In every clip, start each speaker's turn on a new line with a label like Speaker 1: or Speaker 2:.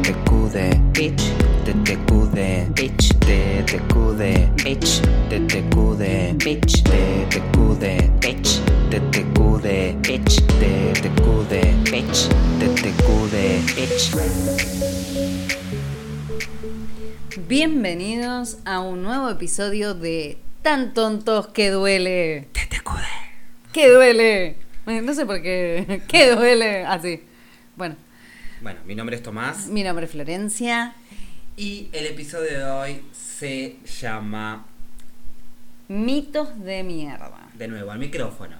Speaker 1: TTQD,
Speaker 2: bitch,
Speaker 1: TTQD,
Speaker 2: bitch,
Speaker 1: TTQD,
Speaker 2: bitch,
Speaker 1: TTQD,
Speaker 2: bitch,
Speaker 1: TTQD,
Speaker 2: bitch,
Speaker 1: TTQD,
Speaker 2: bitch,
Speaker 1: TTQD,
Speaker 2: bitch,
Speaker 1: TTQD.
Speaker 2: bitch.
Speaker 3: Bienvenidos a un nuevo episodio de Tan tontos que duele. Que duele. Bueno, No sé por qué. Que duele. Así. Bueno,
Speaker 4: Bueno, mi nombre es Tomás
Speaker 3: mi nombre es Florencia.
Speaker 4: y el episodio de hoy se llama
Speaker 3: Mitos de mierda.
Speaker 4: de nuevo al micrófono.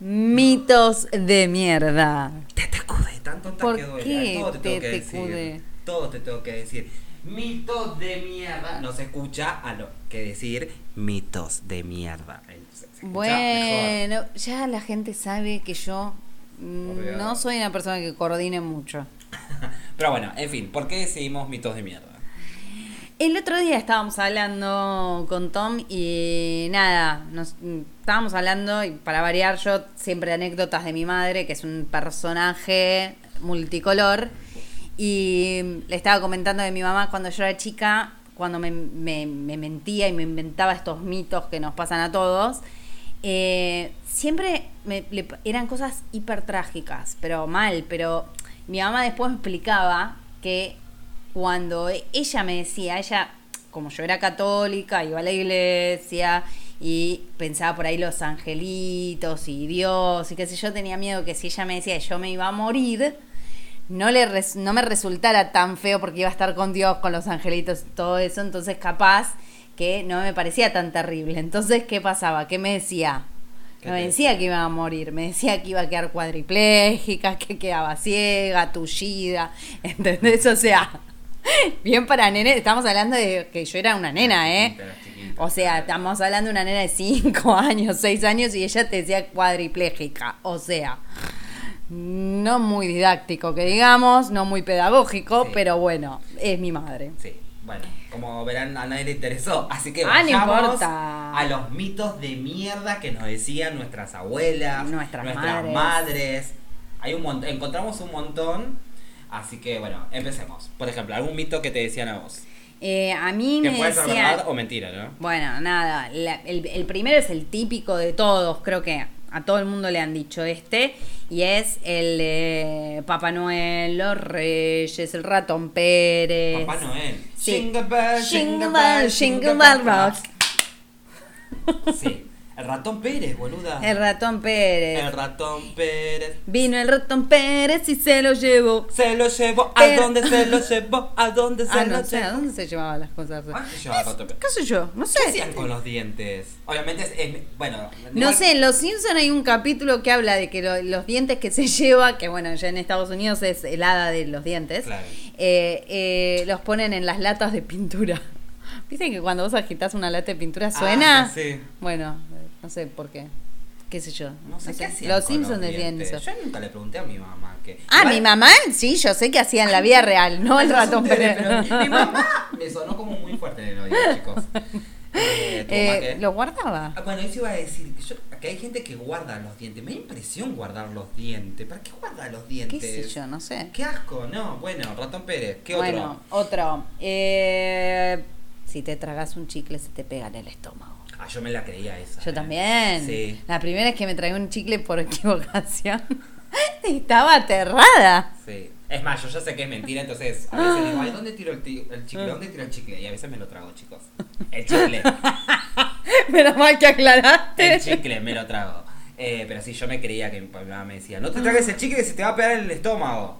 Speaker 3: Mitos de mierda.
Speaker 4: Te te cude, tanto
Speaker 3: ¿Por
Speaker 4: que duela,
Speaker 3: qué
Speaker 4: todo te, tengo
Speaker 3: te
Speaker 4: que
Speaker 3: te
Speaker 4: decir.
Speaker 3: cude?
Speaker 4: Todo te tengo que decir. Mitos de mierda. No se escucha a lo que decir mitos de mierda. Eh, se- se escucha mejor.
Speaker 3: Bueno, ya la gente sabe que yo mm,
Speaker 4: Obvio.
Speaker 3: no soy una persona que coordine mucho.
Speaker 4: Pero bueno, en fin, ¿por qué decidimos mitos de mierda?
Speaker 3: El otro día estábamos hablando con Tom y nada, nos mm, estábamos hablando y para variar yo siempre anécdotas de mi madre, que es un personaje multicolor, y le estaba comentando de mi mamá cuando yo era chica, cuando me, me- me mentía y me inventaba estos mitos que nos pasan a todos. eh, siempre me- le- eran cosas hiper trágicas, pero mal, pero mi mamá después me explicaba que cuando e- ella me decía, ella, como yo era católica, iba a la iglesia y pensaba por ahí los angelitos y Dios y qué sé yo, tenía miedo que si ella me decía que yo me iba a morir, no, le res- no me resultara tan feo porque iba a estar con Dios, con los angelitos, todo eso, entonces capaz que no me parecía tan terrible. Entonces, ¿qué pasaba? ¿Qué me decía?
Speaker 4: ¿Qué
Speaker 3: No me
Speaker 4: te
Speaker 3: decía que iba a morir, me decía que iba a quedar cuadripléjica, que quedaba ciega, tullida, ¿entendés? O sea, bien para nene, estamos hablando de que yo era una nena, ¿eh?
Speaker 4: Chiquita, chiquita.
Speaker 3: O sea, estamos hablando de una nena de 5 años, 6 años y ella te decía cuadripléjica, o sea, no muy didáctico que digamos, no muy pedagógico,
Speaker 4: Sí.
Speaker 3: pero bueno, es mi madre.
Speaker 4: Sí, bueno, como verán, a nadie le interesó. Así que
Speaker 3: Ah, no
Speaker 4: vayamos
Speaker 3: importa.
Speaker 4: a los mitos de mierda que nos decían nuestras abuelas,
Speaker 3: Nuestras madres.
Speaker 4: madres. Hay un montón, encontramos un montón. Así que bueno, empecemos. Por ejemplo, algún mito que te decían a vos.
Speaker 3: Eh, a mí
Speaker 4: Que
Speaker 3: me
Speaker 4: puede ser
Speaker 3: decían...
Speaker 4: verdad o mentira, ¿no?
Speaker 3: Bueno, nada, la- el, el primero es el típico de todos, creo que a todo el mundo le han dicho este, y es el de Papá Noel, los Reyes, el ratón Pérez.
Speaker 4: Papá Noel.
Speaker 3: Sí.
Speaker 4: Jingle bell,
Speaker 3: Jingle bell, jingle bell rock.
Speaker 4: Sí. El ratón Pérez, boluda.
Speaker 3: El ratón Pérez.
Speaker 4: El ratón Pérez.
Speaker 3: Vino el ratón Pérez y se lo llevó.
Speaker 4: Se lo llevó, ¿a
Speaker 3: Pero-
Speaker 4: dónde se lo llevó? ¿A dónde se
Speaker 3: Ah,
Speaker 4: lo
Speaker 3: no sé, ¿a
Speaker 4: llevó?
Speaker 3: dónde se llevaban las cosas?
Speaker 4: Ah, se llevaba el ratón Pérez.
Speaker 3: ¿Qué sé yo? No sé.
Speaker 4: ¿Qué hacían con los dientes? Obviamente es, es- bueno.
Speaker 3: No
Speaker 4: igual-
Speaker 3: sé, en Los Simpson hay un capítulo que habla de que lo- los dientes que se lleva, que bueno, ya en Estados Unidos es el hada de los dientes,
Speaker 4: Claro.
Speaker 3: eh, eh, los ponen en las latas de pintura. ¿Viste que cuando vos agitas una lata de pintura suena?
Speaker 4: Ah, sí.
Speaker 3: Bueno, no sé por qué. ¿Qué sé yo?
Speaker 4: No sé qué hacían.
Speaker 3: Los
Speaker 4: con
Speaker 3: Simpsons decían
Speaker 4: dientes.
Speaker 3: eso.
Speaker 4: Yo nunca le pregunté a mi mamá que.
Speaker 3: Ah,
Speaker 4: Igual- Ah,
Speaker 3: mi mamá, sí, yo sé que hacía en la vida real, no el
Speaker 4: Eso es un
Speaker 3: ratón
Speaker 4: tele,
Speaker 3: Pérez.
Speaker 4: pero Mi, mi mamá me sonó como muy fuerte en el oído, chicos. Eh, ¿tu mamá
Speaker 3: Eh,
Speaker 4: qué?
Speaker 3: ¿Lo guardaba?
Speaker 4: Ah, Bueno, eso iba a decir que, yo, que hay gente que guarda los dientes. Me da impresión guardar los dientes. ¿Para qué guarda los
Speaker 3: ¿Qué
Speaker 4: dientes?
Speaker 3: sé yo? No sé.
Speaker 4: Este, Qué asco, no. Bueno, ratón Pérez. ¿Qué
Speaker 3: bueno,
Speaker 4: otro?
Speaker 3: otro. Eh, si te tragas un chicle, se te pega en el estómago.
Speaker 4: Ah, yo me la creía esa.
Speaker 3: Yo
Speaker 4: eh.
Speaker 3: también.
Speaker 4: Sí.
Speaker 3: La primera es que me tragué un chicle por equivocación. Estaba aterrada.
Speaker 4: Sí. Es más, yo ya sé que es mentira, entonces a veces digo, ay, ¿dónde tiro el, ti- el chicle? ¿Dónde tiro el chicle? Y a veces me lo trago, chicos. El chicle,
Speaker 3: Menos mal que aclaraste.
Speaker 4: el chicle, me lo trago. Eh, pero sí, yo me creía que mi mamá me decía, no te tragues el chicle que se te va a pegar en el estómago.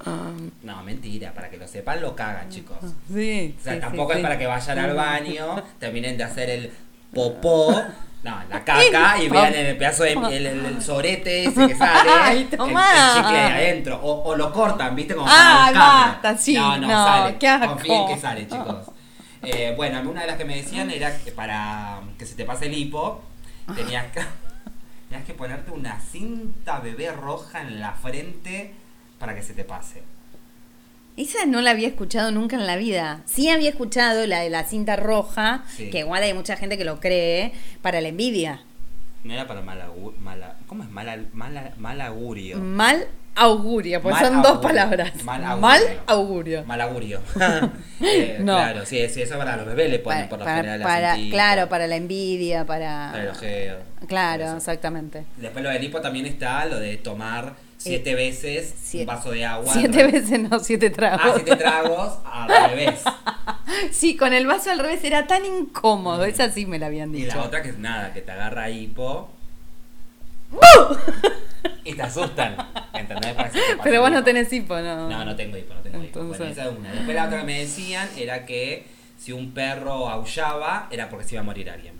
Speaker 4: No, mentira, para que lo sepan, lo cagan, chicos. O
Speaker 3: Ah, Sí.
Speaker 4: sea,
Speaker 3: sí,
Speaker 4: tampoco
Speaker 3: sí,
Speaker 4: es
Speaker 3: sí. Mm.
Speaker 4: para que vayan al baño, terminen de hacer el popó. No, la caca y vean el pedazo de el, el- el sorete ese que sale.
Speaker 3: Ay,
Speaker 4: el- el,
Speaker 3: tomá.
Speaker 4: chicle de adentro. O, o lo cortan, ¿viste? Como
Speaker 3: Ah,
Speaker 4: para buscarlo.
Speaker 3: basta, sí,
Speaker 4: No, no,
Speaker 3: no,
Speaker 4: sale.
Speaker 3: qué asco.
Speaker 4: Confíen que sale, chicos. Eh, bueno, una de las que me decían era que para que se te pase el hipo, tenías que, tenías que ponerte una cinta bebé roja en la frente para que se te pase.
Speaker 3: Esa no la había escuchado nunca en la vida. Sí había escuchado la de la cinta roja,
Speaker 4: Sí.
Speaker 3: que igual hay mucha gente que lo cree, para la envidia. Mm.
Speaker 4: No era para mal augurio. Mala, ¿Cómo es? Mal, al- mal, al- mal augurio.
Speaker 3: Mal augurio, pues
Speaker 4: Mal
Speaker 3: son dos
Speaker 4: augurio.
Speaker 3: palabras.
Speaker 4: Mal augurio.
Speaker 3: augurio.
Speaker 4: Malagurio. Eh,
Speaker 3: No.
Speaker 4: Claro, sí, sí, eso para los bebés le ponen por lo general la
Speaker 3: para-
Speaker 4: cintita,
Speaker 3: claro, para la envidia, para.
Speaker 4: para el ojeo.
Speaker 3: claro,
Speaker 4: Eso.
Speaker 3: exactamente.
Speaker 4: Después lo del hipo también está lo de tomar siete veces
Speaker 3: Eh, siete-
Speaker 4: un vaso de agua.
Speaker 3: Siete veces, no, siete tragos.
Speaker 4: Ah, siete tragos al revés.
Speaker 3: Sí, con el vaso al revés era tan incómodo. Esa sí me la habían
Speaker 4: Y
Speaker 3: dicho.
Speaker 4: la otra que es nada, que te agarra hipo. Y te asustan. ¿Entendés? Para que se te pase
Speaker 3: Pero vos
Speaker 4: el
Speaker 3: no
Speaker 4: hipo.
Speaker 3: tenés hipo, ¿no?
Speaker 4: No, no tengo hipo, no tengo hipo. Bueno,
Speaker 3: Entonces-
Speaker 4: esa es una. Después la otra que me decían era que si un perro aullaba era porque se iba a morir alguien.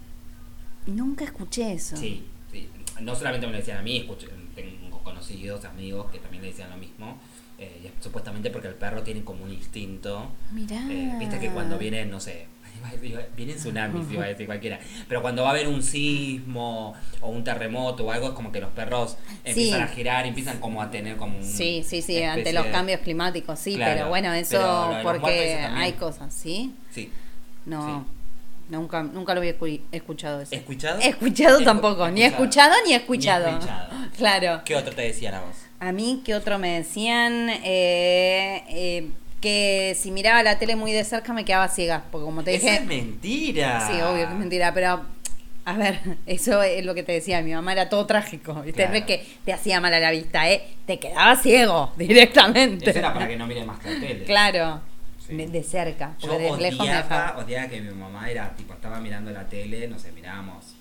Speaker 3: Nunca escuché eso.
Speaker 4: Sí, sí. No solamente me lo decían a mí, escuché- tengo conocidos, amigos que también le decían lo mismo. eh, y es supuestamente porque el perro tiene como un instinto.
Speaker 3: Mirá.
Speaker 4: eh, Viste que
Speaker 3: Ah.
Speaker 4: cuando vienen, no sé, iba- iba- vienen tsunamis, iba a decir cualquiera. Pero cuando va a haber un sismo o un terremoto o algo, es como que los perros empiezan a girar, empiezan como a tener como un.
Speaker 3: Sí, sí, sí,
Speaker 4: especie
Speaker 3: ante los
Speaker 4: de-
Speaker 3: cambios climáticos, sí,
Speaker 4: Claro,
Speaker 3: pero bueno, eso
Speaker 4: pero lo de los muertos,
Speaker 3: porque
Speaker 4: eso también.
Speaker 3: hay cosas, ¿sí?
Speaker 4: Sí.
Speaker 3: No, nunca, nunca lo había escu- escuchado eso.
Speaker 4: ¿Escuchado?
Speaker 3: Escuchado
Speaker 4: Escu-
Speaker 3: tampoco, ni escuchado ni escuchado.
Speaker 4: Ni escuchado.
Speaker 3: Claro.
Speaker 4: ¿Qué otro te decían a vos?
Speaker 3: A mí, ¿qué otro me decían? Eh, eh, que si miraba la tele muy de cerca me quedaba ciega, porque como te
Speaker 4: Eso
Speaker 3: dije...
Speaker 4: es mentira.
Speaker 3: Sí, obvio que es mentira, pero a ver, eso es lo que te decía, mi mamá era todo trágico, ¿viste? No es
Speaker 4: Claro.
Speaker 3: que te hacía mal a la vista, ¿eh? Te quedaba ciego directamente.
Speaker 4: Eso era para que no miren más la tele.
Speaker 3: Claro,
Speaker 4: Sí.
Speaker 3: de, de cerca,
Speaker 4: Yo
Speaker 3: porque de lejos me
Speaker 4: odiaba,
Speaker 3: dejaba.
Speaker 4: odiaba que mi mamá era tipo, estaba mirando la tele, no sé, mirábamos.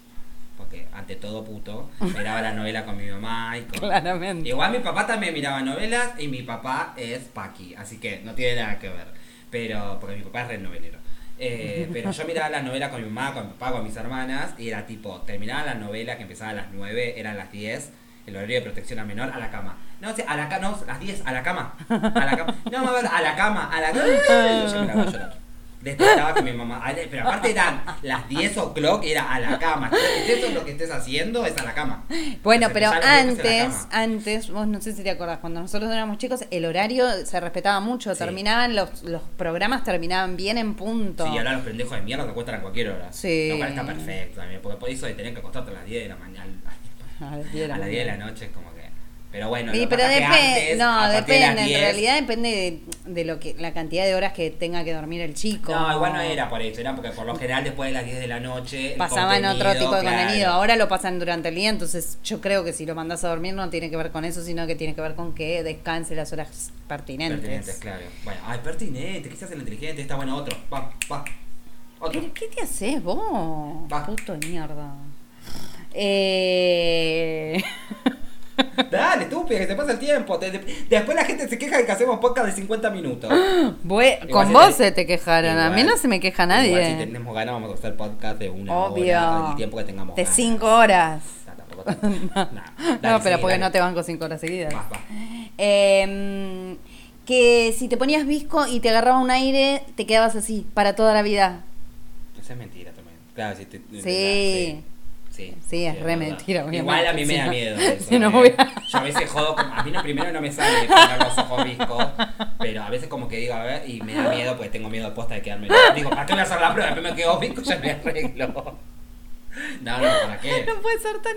Speaker 4: Porque ante todo puto, miraba la novela con mi mamá y con.
Speaker 3: Claramente.
Speaker 4: Igual mi papá también miraba novelas y mi papá es Paqui, así que no tiene nada que ver. Pero, porque mi papá es re novelero. Eh, pero yo miraba la novela con mi mamá, con mi papá, con mis hermanas, y era tipo, terminaba la novela que empezaba a las 9, eran las 10, el horario de protección a menor, a la cama. No, o sea, a la cama, no, las 10, a la cama. A la cama. No, a ver, a la cama, a la cama. Yo me la llorar. Despertaba con mi mamá. Ale- Pero aparte eran las 10 o'clock, era a la cama. Eso es lo que estés haciendo, es a la cama.
Speaker 3: Bueno,
Speaker 4: Entonces,
Speaker 3: pero
Speaker 4: empezaba a las 10 a la
Speaker 3: antes,
Speaker 4: cama.
Speaker 3: antes, vos no sé si te acordás, cuando nosotros éramos chicos, el horario se respetaba mucho,
Speaker 4: Sí.
Speaker 3: terminaban, los, los programas terminaban bien en punto.
Speaker 4: Sí, y ahora los pendejos de mierda te acuestan a cualquier hora.
Speaker 3: Sí.
Speaker 4: Lo cual está perfecto también, porque por eso de tener que acostarte a las 10 de la mañana.
Speaker 3: A las 10 de
Speaker 4: A
Speaker 3: la
Speaker 4: las 10 de la
Speaker 3: mañana.
Speaker 4: noche es como que. Pero bueno,
Speaker 3: Sí,
Speaker 4: lo que
Speaker 3: pero
Speaker 4: pasa es que
Speaker 3: depende,
Speaker 4: antes,
Speaker 3: no,
Speaker 4: a partir de las
Speaker 3: depende, en
Speaker 4: 10,
Speaker 3: realidad depende de, de lo que la cantidad de horas que tenga que dormir el chico.
Speaker 4: No, igual no era por eso, era porque por lo general después de las 10 de la noche. el
Speaker 3: Pasaban otro tipo de
Speaker 4: claro.
Speaker 3: contenido, ahora lo pasan durante el día, entonces yo creo que si lo mandas a dormir no tiene que ver con eso, sino que tiene que ver con que descanse las horas pertinentes.
Speaker 4: Pertinentes, claro. Bueno, ay, pertinente, quizás el inteligente, está bueno, otro. Va, va. Otro.
Speaker 3: ¿Qué, qué te haces vos?
Speaker 4: Va.
Speaker 3: Puto de mierda. Eh...
Speaker 4: Dale, estúpida, que se pasa el tiempo. Te- de- después la gente se queja de que hacemos podcast de 50 minutos.
Speaker 3: bue-
Speaker 4: Igual
Speaker 3: con
Speaker 4: si
Speaker 3: vos
Speaker 4: te-
Speaker 3: se te quejaron, a mí
Speaker 4: Igual-
Speaker 3: no se me queja
Speaker 4: Igual si
Speaker 3: nadie.
Speaker 4: tenemos ganas, vamos a hacer podcast de una hora,
Speaker 3: Obvio.
Speaker 4: del tiempo que tengamos
Speaker 3: de
Speaker 4: ganas.
Speaker 3: cinco horas.
Speaker 4: No, tampoco tanto. No, dale,
Speaker 3: no, pero
Speaker 4: sí,
Speaker 3: porque
Speaker 4: dale.
Speaker 3: no te banco cinco horas seguidas.
Speaker 4: Va, va.
Speaker 3: Eh, que si te ponías visco y te agarraba un aire, te quedabas así para toda la vida.
Speaker 4: Eso es mentira también. Claro, si te,
Speaker 3: Sí.
Speaker 4: sí. Sí,
Speaker 3: Sí, es re
Speaker 4: verdad.
Speaker 3: mentira, obviamente.
Speaker 4: Igual a mí me
Speaker 3: Si
Speaker 4: da
Speaker 3: no-
Speaker 4: miedo. Eso,
Speaker 3: si no
Speaker 4: eh.
Speaker 3: hubiera-
Speaker 4: Yo a veces jodo, como- a mí no, primero no me sale poner los ojos viscos, pero a veces como que digo, a ver, y me da miedo porque tengo miedo de posta de quedarme. Digo, ¿para qué voy a hacer la prueba? Después me quedo visco, ya me arreglo. No, no, ¿para qué?
Speaker 3: No puede ser tan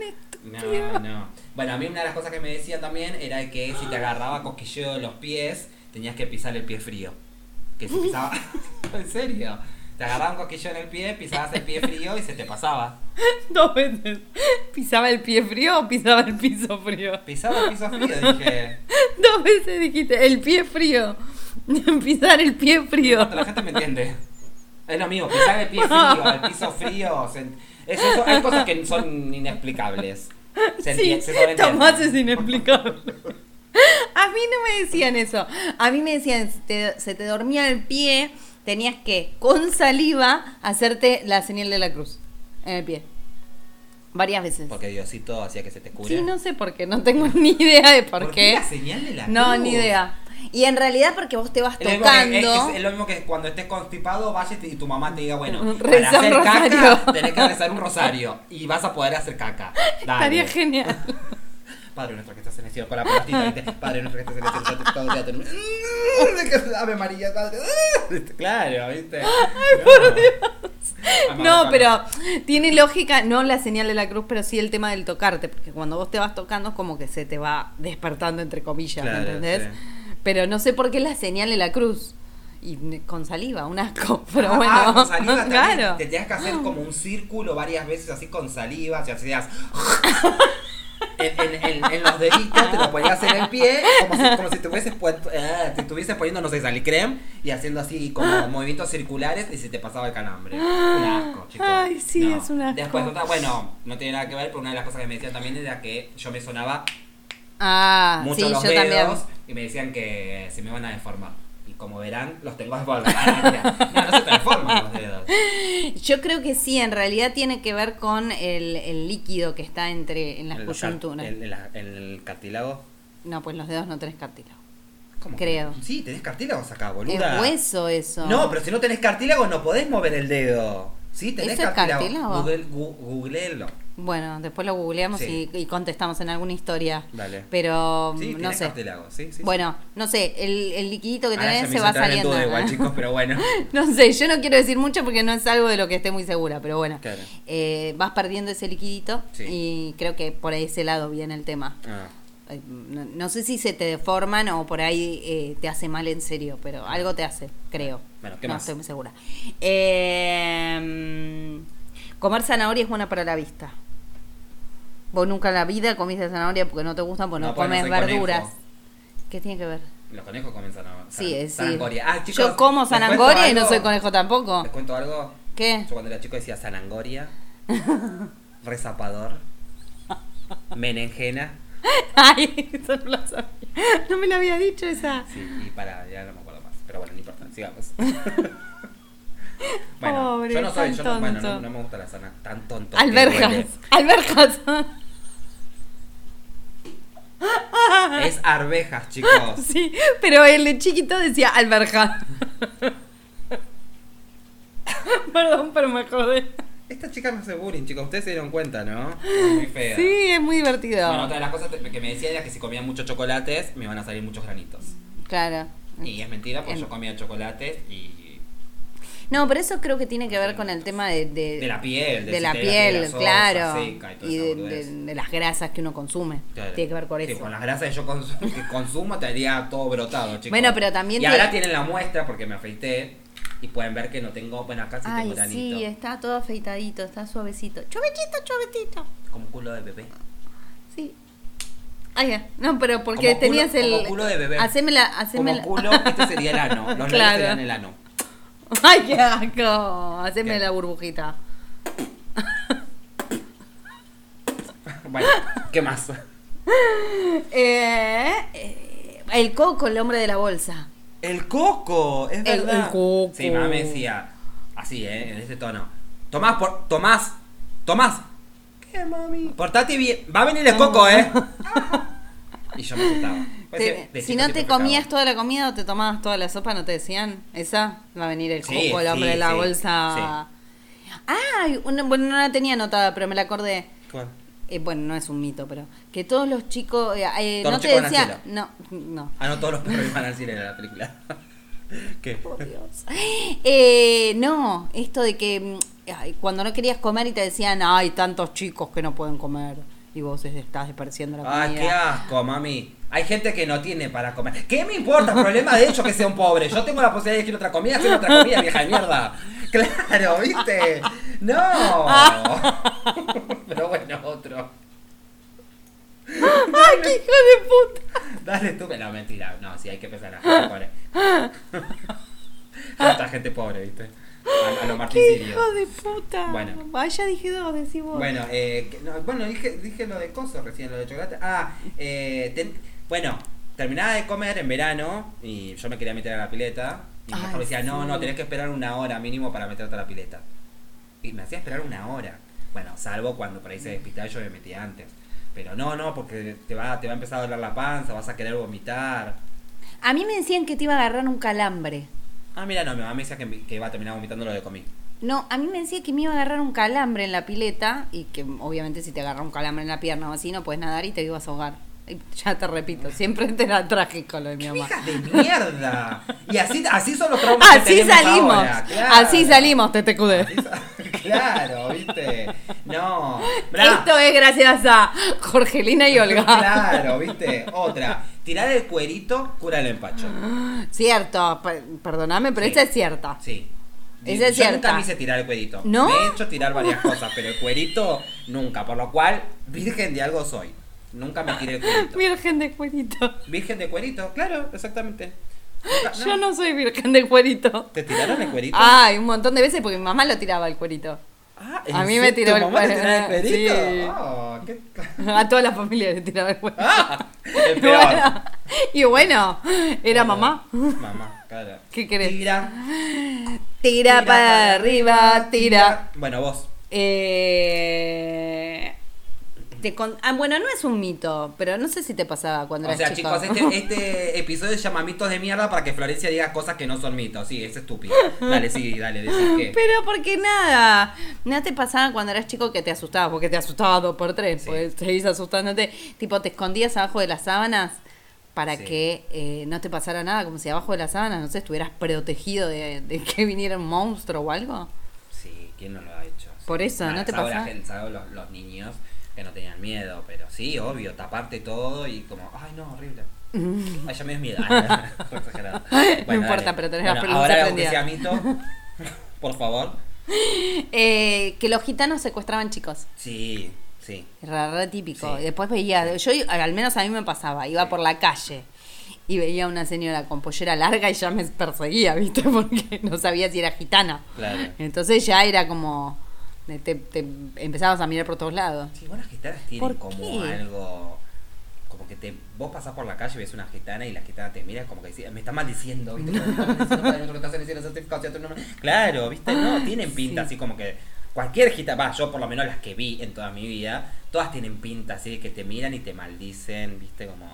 Speaker 4: No,
Speaker 3: estúpido.
Speaker 4: no. Bueno, a mí una de las cosas que me decía también era que si te agarraba cosquilleo de los pies, tenías que pisar el pie frío. Que si pisaba. en serio. Te agarraban cosquilleo en el pie, pisabas el pie frío y se te pasaba.
Speaker 3: Dos veces. ¿Pisaba el pie frío o pisaba el piso frío?
Speaker 4: Pisaba el piso frío, dije.
Speaker 3: Dos veces dijiste, el pie frío. Pisar el pie frío.
Speaker 4: La gente me entiende. Es lo mismo, pisar el pie frío, el piso frío. o sea, es eso, hay cosas que son inexplicables. Se
Speaker 3: Sí,
Speaker 4: entie- se sobreentiende.
Speaker 3: Tomás es inexplicable. A mí no me decían eso. A mí me decían, se te, se te dormía el pie, tenías que con saliva hacerte la señal de la cruz en el pie. Varias veces.
Speaker 4: Porque Diosito hacía que se te cure.
Speaker 3: Sí, no sé por qué, no tengo ni idea de por, qué.
Speaker 4: la señal de la
Speaker 3: No,
Speaker 4: cruz?
Speaker 3: ni idea. Y en realidad porque vos te vas
Speaker 4: Es lo mismo que-
Speaker 3: tocando.
Speaker 4: es, es lo mismo que cuando estés constipado vayas y te- y tu mamá te diga, bueno,
Speaker 3: Reza
Speaker 4: para hacer
Speaker 3: un
Speaker 4: caca
Speaker 3: rosario.
Speaker 4: tenés que rezar un rosario y vas a poder hacer caca. Dale.
Speaker 3: Estaría genial.
Speaker 4: Padre nuestro que estás en el cielo con la pelotita, ¿viste? Padre nuestro que estás en el cielo santificado sea tu nombre. Ave María, Padre. Claro, ¿viste? Ay, por Dios.
Speaker 3: No, pero tiene lógica, no la señal de la cruz, pero sí el tema del tocarte, porque cuando vos te vas tocando es como que se te va despertando, entre comillas, ¿me
Speaker 4: Claro,
Speaker 3: ¿entendés?
Speaker 4: sí.
Speaker 3: Pero no sé por qué la señal de la cruz. Y ne- con saliva, un asco, pero
Speaker 4: Ah,
Speaker 3: bueno.
Speaker 4: con saliva también.
Speaker 3: claro.
Speaker 4: Te tenías que hacer como un círculo varias veces así con saliva, si hacías. En, en- en- en los deditos te lo ponías en el pie, como si, como si te, hubieses puesto- eh, te estuvieses poniendo, no sé, salicrem y haciendo así como movimientos circulares y se te pasaba el calambre. Un asco, chicos.
Speaker 3: Ay, sí, es un asco.
Speaker 4: Después, otra- bueno, no tiene nada que ver, pero una de las cosas que me decían también era que yo me sonaba
Speaker 3: Ah,
Speaker 4: mucho
Speaker 3: sí,
Speaker 4: los
Speaker 3: yo
Speaker 4: dedos
Speaker 3: también.
Speaker 4: y me decían que se me van a deformar. Y como verán, los tengo deformados. Ah, mentira. No, no se transforman los dedos.
Speaker 3: Yo creo que sí, en realidad tiene que ver con el, el líquido que está entre en las
Speaker 4: El
Speaker 3: coyunturas.
Speaker 4: car- El, el- el cartílago.
Speaker 3: No, pues los dedos no tenés cartílago.
Speaker 4: ¿Cómo?
Speaker 3: Creo.
Speaker 4: que no? Sí, tenés cartílagos acá, boluda.
Speaker 3: Es hueso eso.
Speaker 4: No, pero si no tenés cartílago no podés mover el dedo. Sí, tenés
Speaker 3: ¿Eso es
Speaker 4: cartílago.
Speaker 3: cartílago?
Speaker 4: Google, gu- googleenlo.
Speaker 3: Bueno, después lo googleamos
Speaker 4: Sí.
Speaker 3: y, y contestamos en alguna historia.
Speaker 4: Dale.
Speaker 3: Pero
Speaker 4: Sí,
Speaker 3: no
Speaker 4: tenés
Speaker 3: sé.
Speaker 4: cartílago. Sí, sí, sí.
Speaker 3: Bueno, no sé, el, el liquidito que
Speaker 4: Ahora
Speaker 3: tenés
Speaker 4: me
Speaker 3: se
Speaker 4: hizo
Speaker 3: va
Speaker 4: entrar en
Speaker 3: saliendo.
Speaker 4: duda
Speaker 3: ¿eh?
Speaker 4: igual, chicos, pero bueno.
Speaker 3: No sé, yo no quiero decir mucho porque no es algo de lo que esté muy segura, pero bueno.
Speaker 4: Claro.
Speaker 3: Eh, vas perdiendo ese liquidito
Speaker 4: Sí.
Speaker 3: y creo que por ese lado viene el tema.
Speaker 4: Ah.
Speaker 3: Eh, No, no sé si se te deforman o por ahí eh, te hace mal en serio, pero algo te hace, creo.
Speaker 4: Bueno, ¿qué
Speaker 3: no
Speaker 4: más?
Speaker 3: estoy muy segura. Eh, comer zanahoria es buena para la vista. Vos nunca en la vida comiste zanahoria porque no te gustan, porque no,
Speaker 4: No, porque no
Speaker 3: comes
Speaker 4: soy
Speaker 3: verduras.
Speaker 4: conejo.
Speaker 3: ¿Qué tiene que ver?
Speaker 4: Los conejos comen zanahoria.
Speaker 3: Sí, es sí.
Speaker 4: Zanahoria. Ah, chicos,
Speaker 3: Yo como
Speaker 4: ¿les cuento
Speaker 3: zanahoria y no
Speaker 4: algo?
Speaker 3: soy conejo tampoco.
Speaker 4: ¿Les cuento algo?
Speaker 3: ¿Qué?
Speaker 4: Yo cuando era chico decía zanangoria, rezapador, menengena.
Speaker 3: Ay, eso no lo sabía. No me lo había dicho esa.
Speaker 4: Sí, y para, ya no me acuerdo más. Pero bueno, no importa, sigamos. bueno,
Speaker 3: Pobre,
Speaker 4: yo no soy, yo no,
Speaker 3: tan
Speaker 4: bueno, no,
Speaker 3: tonto.
Speaker 4: no me gusta la sana, tan tonto. que
Speaker 3: Alberjas. Alberjas.
Speaker 4: huele. Es arvejas, chicos.
Speaker 3: Sí, pero el de chiquito decía alberja. Perdón, pero me acordé.
Speaker 4: Esta chica me hace bullying, chicos. Ustedes se dieron cuenta, ¿no? Es muy fea.
Speaker 3: Sí, es muy divertido.
Speaker 4: Bueno, otra de las cosas que me decía era que si comía muchos chocolates me van a salir muchos granitos.
Speaker 3: Claro.
Speaker 4: Y es mentira porque
Speaker 3: En-
Speaker 4: yo comía chocolates y
Speaker 3: No, pero eso creo que tiene que ver con el tema de... De,
Speaker 4: de la piel,
Speaker 3: de
Speaker 4: de,
Speaker 3: la
Speaker 4: si te-
Speaker 3: piel,
Speaker 4: de la sosa
Speaker 3: claro.
Speaker 4: seca y toda
Speaker 3: y
Speaker 4: esa
Speaker 3: de,
Speaker 4: boludez.
Speaker 3: de- de las grasas que uno consume.
Speaker 4: Claro.
Speaker 3: Tiene que ver con
Speaker 4: Sí,
Speaker 3: eso.
Speaker 4: con las grasas que yo cons- que consumo te haría todo brotado, chicos.
Speaker 3: Bueno, pero también
Speaker 4: Y
Speaker 3: te-
Speaker 4: ahora tienen la muestra porque me afeité y pueden ver que no tengo. Bueno, acá sí
Speaker 3: Ay,
Speaker 4: tengo granito.
Speaker 3: sí, está todo afeitadito, está suavecito. Chubetito, chubetito.
Speaker 4: Como culo de bebé.
Speaker 3: Sí. Ay, ya. no, pero porque
Speaker 4: Como culo-
Speaker 3: tenías el.
Speaker 4: como culo de bebé.
Speaker 3: Hacémela,
Speaker 4: Como
Speaker 3: hacémela.
Speaker 4: culo, este sería el ano. Los
Speaker 3: Claro.
Speaker 4: labios serían el ano.
Speaker 3: Ay, qué asco. Haceme
Speaker 4: ¿Qué?
Speaker 3: la burbujita.
Speaker 4: Bueno, ¿qué más?
Speaker 3: Eh, eh, el coco, el hombre de la bolsa.
Speaker 4: El coco, es
Speaker 3: El-
Speaker 4: verdad.
Speaker 3: el coco.
Speaker 4: Sí, mamá me decía, así, ¿eh? En este tono. Tomás, por, Tomás, Tomás. ¿Qué, mami? Portate bien. Va a venir el coco, ¿eh? y yo me asustaba. Pues,
Speaker 3: Te-
Speaker 4: eh,
Speaker 3: si
Speaker 4: decime
Speaker 3: no
Speaker 4: si
Speaker 3: te
Speaker 4: pecado.
Speaker 3: comías toda la comida o te tomabas toda la sopa, ¿no te decían? Esa va a venir el coco,
Speaker 4: Sí,
Speaker 3: el hombre
Speaker 4: sí,
Speaker 3: de la
Speaker 4: sí,
Speaker 3: bolsa. Ay, una- bueno, no la tenía anotada, pero me la acordé.
Speaker 4: ¿Cuál?
Speaker 3: Eh, bueno, no es un mito, pero que todos los chicos. eh, eh,
Speaker 4: Todos
Speaker 3: no
Speaker 4: los
Speaker 3: te
Speaker 4: chicos van
Speaker 3: decían.
Speaker 4: al
Speaker 3: No, no.
Speaker 4: Ah, no, todos los perros iban al cine en la película. ¿Qué?
Speaker 3: Por Dios. Eh, no, esto de que mm, ay, cuando no querías comer y te decían, hay tantos chicos que no pueden comer. Y vos es- estás desperdiciando la
Speaker 4: Ah, qué
Speaker 3: comida.
Speaker 4: asco, mami. Hay gente que no tiene para comer. ¿Qué me importa? Problema de ellos que sean pobres. Yo tengo la posibilidad de elegir otra comida, hacer otra comida, vieja de mierda. Claro, ¿viste? No. Pero bueno, otro.
Speaker 3: ¡Ay, qué hijo de puta!
Speaker 4: Dale tú. No, mentira. No, sí, hay que pensar en la gente pobre. Tanta gente pobre, ¿viste? A, a lo Martín
Speaker 3: ¡Qué
Speaker 4: Sirio.
Speaker 3: hijo de puta!
Speaker 4: Bueno.
Speaker 3: Vaya, dije dos, decí vos.
Speaker 4: Bueno, eh, que- no, bueno dije, dije lo de cosas recién, lo de chocolate. Ah, eh, ten- bueno, terminaba de comer en verano y yo me quería meter a la pileta. Y mi
Speaker 3: Ay,
Speaker 4: papá me decía, no,
Speaker 3: sí.
Speaker 4: no, tenés que esperar una hora mínimo para meterte a la pileta. Y me hacía esperar una hora. Bueno, salvo cuando por ahí se despistaba y yo me metía antes. Pero no, no, porque te va, te va a empezar a doler la panza, vas a querer vomitar.
Speaker 3: A mí me decían que te iba a agarrar un calambre.
Speaker 4: Ah, mira, no, mi mamá me decía que, que iba a terminar vomitando lo de comí.
Speaker 3: No, a mí me decía que me iba a agarrar un mm, calambre en la pileta y que obviamente si te agarra un calambre en la pierna o así no puedes nadar y te ibas a ahogar. Ya te repito, siempre te era trágico lo de mi mamá.
Speaker 4: ¡Hijas de mierda! Y así, así son los traumas que
Speaker 3: Así
Speaker 4: tenemos
Speaker 3: salimos,
Speaker 4: ahora, claro.
Speaker 3: así salimos,
Speaker 4: Así
Speaker 3: TTQD.
Speaker 4: sa- Claro, ¿viste? No. Bra.
Speaker 3: Esto es gracias a Jorgelina y Olga.
Speaker 4: Claro, ¿viste? Otra. Tirar el cuerito cura el empacho.
Speaker 3: Cierto, per- perdóname, pero
Speaker 4: Sí.
Speaker 3: esta es cierta.
Speaker 4: Sí.
Speaker 3: Esa es
Speaker 4: Yo
Speaker 3: cierta.
Speaker 4: nunca me hice tirar el cuerito.
Speaker 3: ¿No?
Speaker 4: Me he hecho tirar varias cosas, pero el cuerito nunca. Por lo cual, virgen de algo soy. Nunca me tiré el cuerito.
Speaker 3: Virgen de cuerito.
Speaker 4: Virgen de cuerito, claro, exactamente. Nunca-
Speaker 3: Yo no Ah, soy virgen de cuerito.
Speaker 4: ¿Te tiraron el cuerito?
Speaker 3: Ay, un montón de veces porque mi mamá lo tiraba el cuerito.
Speaker 4: Ah,
Speaker 3: a
Speaker 4: ¿en
Speaker 3: mí me
Speaker 4: serio?
Speaker 3: tiró
Speaker 4: ¿Tu
Speaker 3: el
Speaker 4: mamá te
Speaker 3: cuero-
Speaker 4: tiró el cuerito?
Speaker 3: sí.
Speaker 4: Oh, qué-
Speaker 3: A toda la familia le tiraba el cuerito.
Speaker 4: Ah, el
Speaker 3: Y
Speaker 4: peor.
Speaker 3: bueno, y bueno, era mamá.
Speaker 4: Mamá, claro.
Speaker 3: ¿Qué querés?
Speaker 4: Tira,
Speaker 3: Tira, para arriba, tira.
Speaker 4: Bueno, vos.
Speaker 3: Eh, te con- ah, bueno, no es un mito, pero no sé si te pasaba cuando
Speaker 4: O
Speaker 3: eras
Speaker 4: sea,
Speaker 3: chico.
Speaker 4: chicos, este, este episodio se llama mitos de mierda para que Florencia diga cosas que no son mitos. Sí, es estúpido. Dale, sí, dale, decís que.
Speaker 3: Pero porque nada, nada te pasaba cuando eras chico que te asustabas, porque te asustabas dos por tres,
Speaker 4: Sí.
Speaker 3: pues seguís asustándote, tipo te escondías abajo de las sábanas para
Speaker 4: Sí.
Speaker 3: que eh, no te pasara nada, como si abajo de las sábanas, no sé, estuvieras protegido de, de que viniera un monstruo o algo.
Speaker 4: Sí, ¿quién no lo ha hecho?
Speaker 3: Por eso, ¿no te
Speaker 4: salvo la
Speaker 3: pasa?
Speaker 4: gente, salvo los, los niños que no tenían miedo, pero sí, obvio, taparte todo y como, ay no, horrible. Ay, ya me dio miedo. Ay, fue exagerado. Bueno,
Speaker 3: importa, pero tenés la pelusa
Speaker 4: Ahora, aunque
Speaker 3: prendida.
Speaker 4: sea mito, por favor.
Speaker 3: Eh, que los gitanos secuestraban chicos.
Speaker 4: Sí, sí.
Speaker 3: Era re típico.
Speaker 4: Sí.
Speaker 3: Y después veía, yo al menos a mí me pasaba, iba por la calle y veía a una señora con pollera larga y ya me perseguía, ¿viste? Porque no sabía si era gitana.
Speaker 4: Claro.
Speaker 3: Entonces ya era como, eh, te, te empezabas a mirar por todos lados.
Speaker 4: Sí, bueno, las gitanas tienen
Speaker 3: ¿Por
Speaker 4: como
Speaker 3: qué?
Speaker 4: algo. Como que te, vos pasás por la calle y ves una gitana y la gitana te mira como que dice, me está maldiciendo, ¿viste? Como que me está maldiciendo, padre nuestro que estás en el cielo, santificado sea tu nombre". Claro, ¿viste? No, tienen pinta
Speaker 3: Sí.
Speaker 4: así como que cualquier gitana, va, yo por lo menos las que vi en toda mi vida, todas tienen pinta así de que te miran y te maldicen, ¿viste? Como.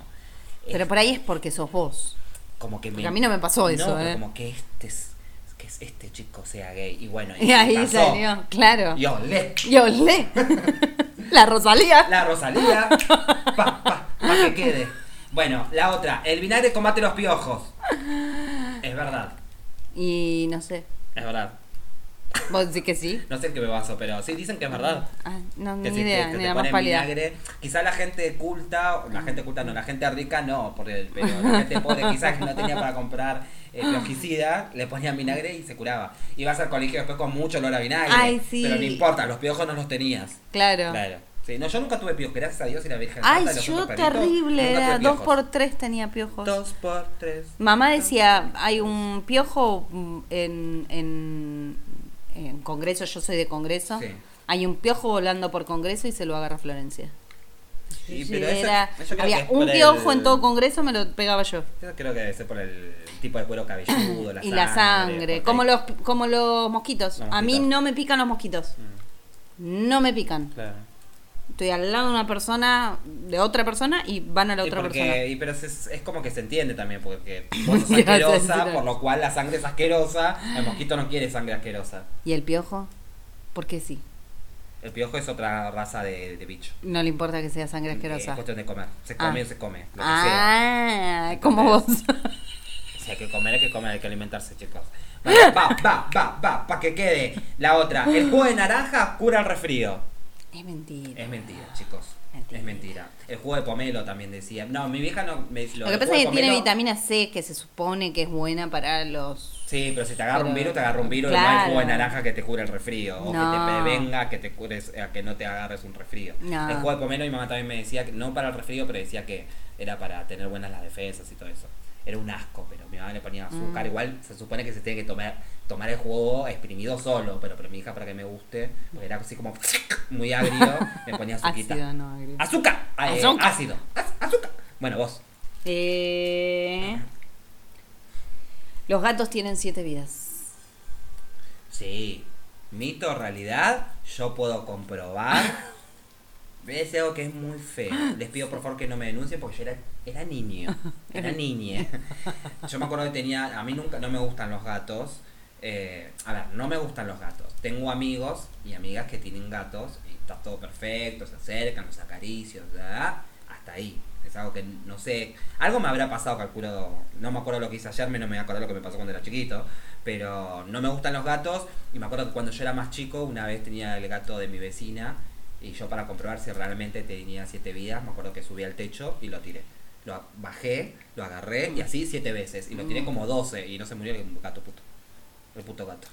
Speaker 4: es-
Speaker 3: Pero por ahí es porque sos vos.
Speaker 4: como que me,
Speaker 3: Porque a mí no me pasó eso,
Speaker 4: pero
Speaker 3: ¿eh?
Speaker 4: Como que este, es- que es- este chico sea gay. Y bueno, y,
Speaker 3: Y ahí
Speaker 4: pasó.
Speaker 3: salió, claro.
Speaker 4: Y olé.
Speaker 3: Y olé. la Rosalía.
Speaker 4: La Rosalía. Pa, pa, pa que quede. Bueno, la otra. El vinagre combate los piojos. Es verdad.
Speaker 3: Y no sé,
Speaker 4: Es verdad.
Speaker 3: vos decís que sí.
Speaker 4: No sé en qué me baso, pero sí dicen que es verdad.
Speaker 3: Ah, no, ni
Speaker 4: Que si te-
Speaker 3: idea,
Speaker 4: que
Speaker 3: ni
Speaker 4: te
Speaker 3: la más
Speaker 4: ponen
Speaker 3: pálida.
Speaker 4: vinagre. Quizá la gente culta, la gente culta no, la gente rica no, porque, pero la gente pobre quizás que no tenía para comprar eh, plaguicida, le ponían vinagre y se curaba. Ibas al colegio después con mucho olor a vinagre.
Speaker 3: Ay, sí.
Speaker 4: Pero no importa, los piojos no los tenías.
Speaker 3: Claro.
Speaker 4: Claro. Sí, no, yo nunca tuve piojos, gracias a Dios y la Virgen.
Speaker 3: Ay,
Speaker 4: Santa, los
Speaker 3: yo
Speaker 4: otros perritos,
Speaker 3: terrible,
Speaker 4: nunca tuve
Speaker 3: era dos
Speaker 4: piojos.
Speaker 3: por tres tenía piojos.
Speaker 4: Dos por tres.
Speaker 3: Mamá decía, hay un piojo mm, en, en, en Congreso, yo soy de Congreso,
Speaker 4: Sí.
Speaker 3: hay un piojo volando por Congreso y se lo agarra Florencia.
Speaker 4: Sí,
Speaker 3: Sí,
Speaker 4: pero eso-
Speaker 3: era-
Speaker 4: eso creo que
Speaker 3: había
Speaker 4: es
Speaker 3: un
Speaker 4: por el-
Speaker 3: piojo en todo Congreso, me lo pegaba yo.
Speaker 4: Eso creo que debe ser por el tipo de cuero cabelludo, la
Speaker 3: y la sangre,
Speaker 4: porque-
Speaker 3: como los, como los mosquitos.
Speaker 4: Los
Speaker 3: A mí
Speaker 4: mosquitos.
Speaker 3: no me pican los mosquitos,
Speaker 4: Mm,
Speaker 3: no me pican.
Speaker 4: Claro.
Speaker 3: Estoy al lado de una persona, de otra persona y van a la
Speaker 4: Y
Speaker 3: otra
Speaker 4: porque-
Speaker 3: persona.
Speaker 4: y pero es, es como que se entiende también, porque vos sos
Speaker 3: Ya, ya,
Speaker 4: asquerosa,
Speaker 3: ya.
Speaker 4: por lo cual la sangre es asquerosa, el mosquito no quiere sangre asquerosa.
Speaker 3: ¿Y el piojo? Porque sí,
Speaker 4: El piojo es otra raza de, de bicho.
Speaker 3: no le importa que sea sangre
Speaker 4: Eh, Es
Speaker 3: asquerosa.
Speaker 4: cuestión de comer. Se come
Speaker 3: Ah.
Speaker 4: o se come. Lo que sea.
Speaker 3: Ah, como vos.
Speaker 4: Entonces, Si hay que comer, hay que comer, hay que alimentarse, chicos. Bueno, va, va, va, va, para que quede. La otra, el jugo de naranja cura el resfrío.
Speaker 3: Es mentira.
Speaker 4: Es mentira, chicos.
Speaker 3: Mentira.
Speaker 4: Es mentira. El jugo de pomelo también decía. No, mi vieja no me
Speaker 3: Lo,
Speaker 4: lo,
Speaker 3: que
Speaker 4: el
Speaker 3: pasa
Speaker 4: jugo
Speaker 3: es
Speaker 4: de
Speaker 3: que tiene
Speaker 4: pomelo-
Speaker 3: vitamina C, que se supone que es buena para los...
Speaker 4: Sí, pero si te agarra un
Speaker 3: Pero-
Speaker 4: virus, te agarra un virus y no hay
Speaker 3: claro.
Speaker 4: jugo de naranja que te cure el resfrío. O que te
Speaker 3: No.
Speaker 4: prevenga que te cures, a que no te agarres un resfrío.
Speaker 3: No.
Speaker 4: El jugo de pomelo, mi mamá también me decía que no para el resfrío, pero decía que era para tener buenas las defensas y todo eso. Era un asco, pero mi mamá le ponía
Speaker 3: Mm.
Speaker 4: azúcar. Igual se supone que se tiene que tomar, tomar el jugo exprimido solo, pero, pero mi hija para que me guste, porque era así como muy agrio, me ponía azuquita.
Speaker 3: Ácido, no, agrio.
Speaker 4: Azúcar. Ah, eh,
Speaker 3: Azúcar.
Speaker 4: ácido. Az- azúcar. Bueno, vos.
Speaker 3: Eh, los gatos tienen siete vidas.
Speaker 4: Sí. Mito, realidad, yo puedo comprobar. Es algo que es muy feo. Les pido por favor que no me denuncien porque yo era, era niño. Era niña. Yo me acuerdo que tenía. A mí nunca no me gustan los gatos. Eh, a ver, no me gustan los gatos. Tengo amigos y amigas que tienen gatos y está todo perfecto, se acercan, los acaricios, ¿verdad? hasta ahí. Es algo que no sé. Algo me habrá pasado, calculo. No me acuerdo lo que hice ayer, me no me voy a acordar lo que me pasó cuando era chiquito. Pero no me gustan los gatos. Y me acuerdo que cuando yo era más chico, una vez tenía el gato de mi vecina. Y yo, para comprobar si realmente tenía siete vidas, me acuerdo que subí al techo y lo tiré. Lo a- bajé, lo agarré y así siete veces. Y lo
Speaker 3: Mm.
Speaker 4: tiré como doce. Y no se murió el gato puto. El puto gato.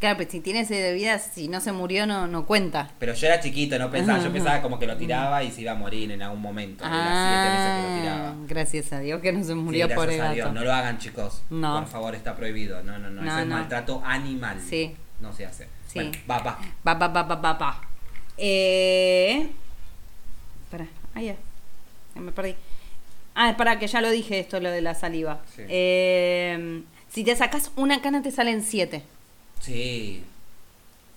Speaker 3: Claro, pero si tiene sed de vida, si no se murió, no, no cuenta.
Speaker 4: Pero yo era chiquito, no pensaba. Yo pensaba como que
Speaker 3: Mm.
Speaker 4: lo tiraba y se iba a morir en algún momento. de las siete veces que lo tiraba.
Speaker 3: Ah, gracias a Dios que no se
Speaker 4: Sí,
Speaker 3: Ah, murió
Speaker 4: gracias
Speaker 3: por el
Speaker 4: a Dios.
Speaker 3: gato.
Speaker 4: No lo hagan, chicos.
Speaker 3: No.
Speaker 4: Por favor, está prohibido. No, no, no.
Speaker 3: No,
Speaker 4: Eso es
Speaker 3: no.
Speaker 4: maltrato animal.
Speaker 3: Sí.
Speaker 4: No se hace.
Speaker 3: Sí.
Speaker 4: Bueno, va, va.
Speaker 3: Va, va, va, va, va, va. Eh... Pará, ah, ya. Ya Me perdí. Ah, pará, que ya lo dije esto, lo de la saliva.
Speaker 4: Sí.
Speaker 3: Eh, si te sacas una cana, te salen siete.
Speaker 4: Sí.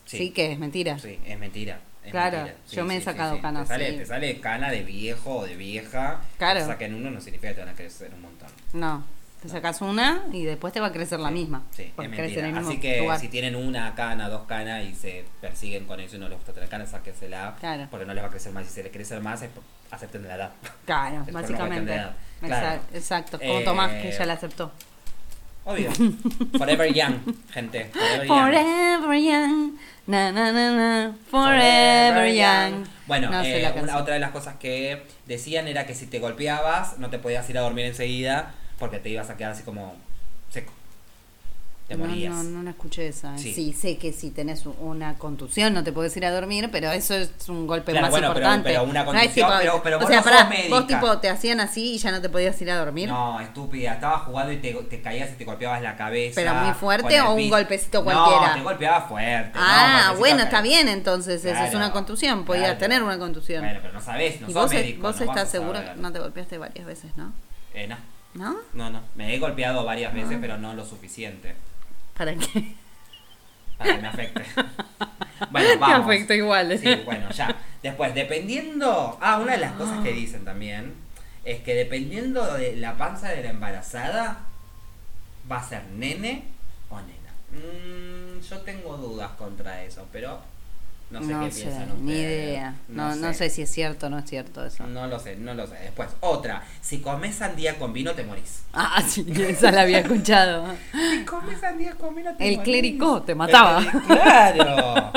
Speaker 3: Sí, que es mentira.
Speaker 4: Sí, es mentira. es
Speaker 3: Claro,
Speaker 4: mentira. Sí,
Speaker 3: yo me he
Speaker 4: sí, sí,
Speaker 3: sacado
Speaker 4: sí.
Speaker 3: canas,
Speaker 4: Te sale,
Speaker 3: sí.
Speaker 4: te sale cana de viejo o de vieja.
Speaker 3: Claro.
Speaker 4: Que te saquen uno no significa que te van a crecer un montón.
Speaker 3: No, te sacas una y después te va a crecer la misma.
Speaker 4: Sí, es
Speaker 3: porque crece en
Speaker 4: mentira.
Speaker 3: el mismo
Speaker 4: Así que
Speaker 3: lugar.
Speaker 4: si tienen una cana, dos canas y se persiguen con eso y no les gusta tener canas, sáquensela.
Speaker 3: Claro.
Speaker 4: Porque no les va a crecer más. Si se les crece más, es por- acepten la edad.
Speaker 3: Claro,
Speaker 4: Es por una
Speaker 3: básicamente.
Speaker 4: cuestión de edad.
Speaker 3: Exacto,
Speaker 4: Claro.
Speaker 3: exacto, como
Speaker 4: Eh,
Speaker 3: Tomás que ya la aceptó.
Speaker 4: Obvio. Forever young, gente. Forever young.
Speaker 3: Forever young, na na na na, forever young.
Speaker 4: Bueno,
Speaker 3: No sé
Speaker 4: eh,
Speaker 3: la
Speaker 4: una-
Speaker 3: canción.
Speaker 4: otra de las cosas que decían era que si te golpeabas no te podías ir a dormir enseguida porque te ibas a quedar así como seco. Te
Speaker 3: no,
Speaker 4: morías.
Speaker 3: no, no la escuché esa. eh. Sí.
Speaker 4: Sí.
Speaker 3: sé que si tenés una contusión no te podés ir a dormir, pero eso es un golpe
Speaker 4: Claro,
Speaker 3: más
Speaker 4: bueno, pero-
Speaker 3: importante.
Speaker 4: pero una
Speaker 3: No es
Speaker 4: contusión, pero- pero
Speaker 3: o
Speaker 4: vos
Speaker 3: sea,
Speaker 4: no sos
Speaker 3: pará,
Speaker 4: médica.
Speaker 3: vos tipo te hacían así y ya no te podías ir a dormir.
Speaker 4: No, estúpida, estabas jugando y te, te caías y te golpeabas la cabeza.
Speaker 3: ¿Pero muy fuerte
Speaker 4: con el
Speaker 3: o un
Speaker 4: piso.
Speaker 3: golpecito
Speaker 4: No,
Speaker 3: cualquiera?
Speaker 4: te golpeaba fuerte. no,
Speaker 3: ah,
Speaker 4: golpecito
Speaker 3: bueno,
Speaker 4: acá.
Speaker 3: está bien entonces, eso es
Speaker 4: Claro,
Speaker 3: una contusión, podías
Speaker 4: claro.
Speaker 3: tener una contusión.
Speaker 4: Bueno, pero no sabés, no
Speaker 3: y
Speaker 4: sos
Speaker 3: vos, e- eh,
Speaker 4: médico.
Speaker 3: vos
Speaker 4: no vas
Speaker 3: estás
Speaker 4: a
Speaker 3: seguro
Speaker 4: saber.
Speaker 3: que no te golpeaste varias veces, ¿no?
Speaker 4: Eh, no,
Speaker 3: ¿No?
Speaker 4: no, no. Me he golpeado varias veces,
Speaker 3: Ah.
Speaker 4: pero no lo suficiente
Speaker 3: ¿Para qué?
Speaker 4: para que me afecte. bueno,
Speaker 3: Te
Speaker 4: vamos.
Speaker 3: afectó igual.
Speaker 4: Sí, bueno, ya. Después, dependiendo. Ah, una de las cosas que dicen también es que dependiendo de la panza de la embarazada, va a ser nene o nena. Mm, yo tengo dudas contra eso, pero no sé qué piensan ustedes. Mm.
Speaker 3: ni idea. No, no sé. si es cierto o no es cierto eso.
Speaker 4: No lo sé, no lo sé. Después, otra. Si comes sandía con vino, te morís.
Speaker 3: Ah, sí, esa la había escuchado.
Speaker 4: Si comes sandía con vino, te
Speaker 3: El
Speaker 4: morís.
Speaker 3: clérigo te mataba.
Speaker 4: El clérigo, Claro.